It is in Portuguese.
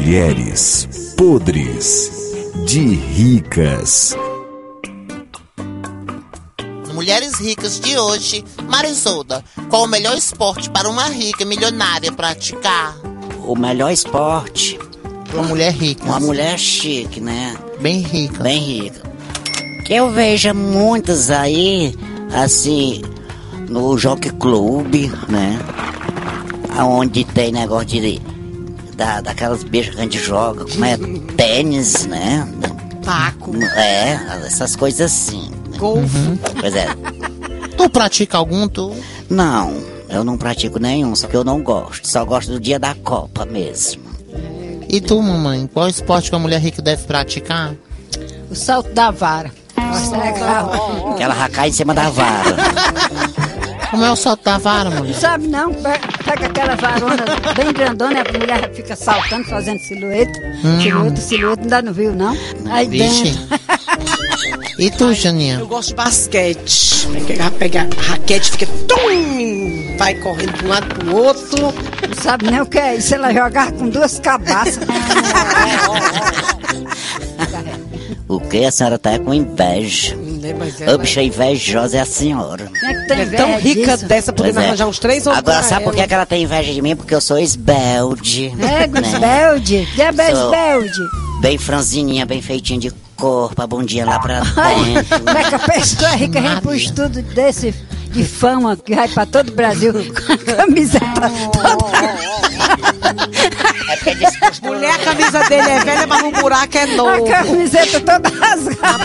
mulheres podres de ricas. Mulheres Ricas de hoje, Marisolda, qual o melhor esporte para uma rica milionária praticar? O melhor esporte, Uma mulher rica, uma mulher chique, né? bem rica. Bem rica. Que eu vejo muitas aí, assim, no Jockey Clube, né? Onde tem negócio de. Da, daquelas bichas que a gente joga, como é tênis, né? Paco. É, essas coisas assim. Golfe. Pois é. Tu pratica algum, tu? Não, eu não pratico nenhum, só que eu não gosto. Só gosto do dia da Copa mesmo. E tu, mamãe, qual esporte que uma mulher rica deve praticar? O salto da vara. Nossa, legal. Que ela já cai em cima da vara. Como é o salto da vara, mulher? Sabe não, pe- pega aquela varona bem grandona, a mulher fica saltando, fazendo silhueta. Hum. Silhueta, silhueta, ainda não viu, não? Aí Vixe. dentro. E tu, Janinha? Eu gosto de basquete. Pegar, pegar a raquete, fica. Tum! Vai correndo de um lado pro outro. Não sabe nem o que é isso, ela jogava com duas cabaças. O que? A senhora tá com inveja. Né, mas A ela bicha invejosa é a senhora. Como é que tem é tão inveja rica disso? dessa, podendo Pois é. arranjar uns três ou Agora, sabe por que, que ela tem inveja de mim? Porque eu sou esbelde. né? É, Gusbelde. Diabetes Sou. Belde. Bem franzininha, bem feitinha de corpo, a bundinha lá pra dentro. Como é que a pessoa rica vem pro Maria. estudo desse de fama que vai pra todo o Brasil com a camiseta toda. É porque diz- Mulher, a camisa dele é velha, mas no buraco é A novo. camiseta toda rasgada.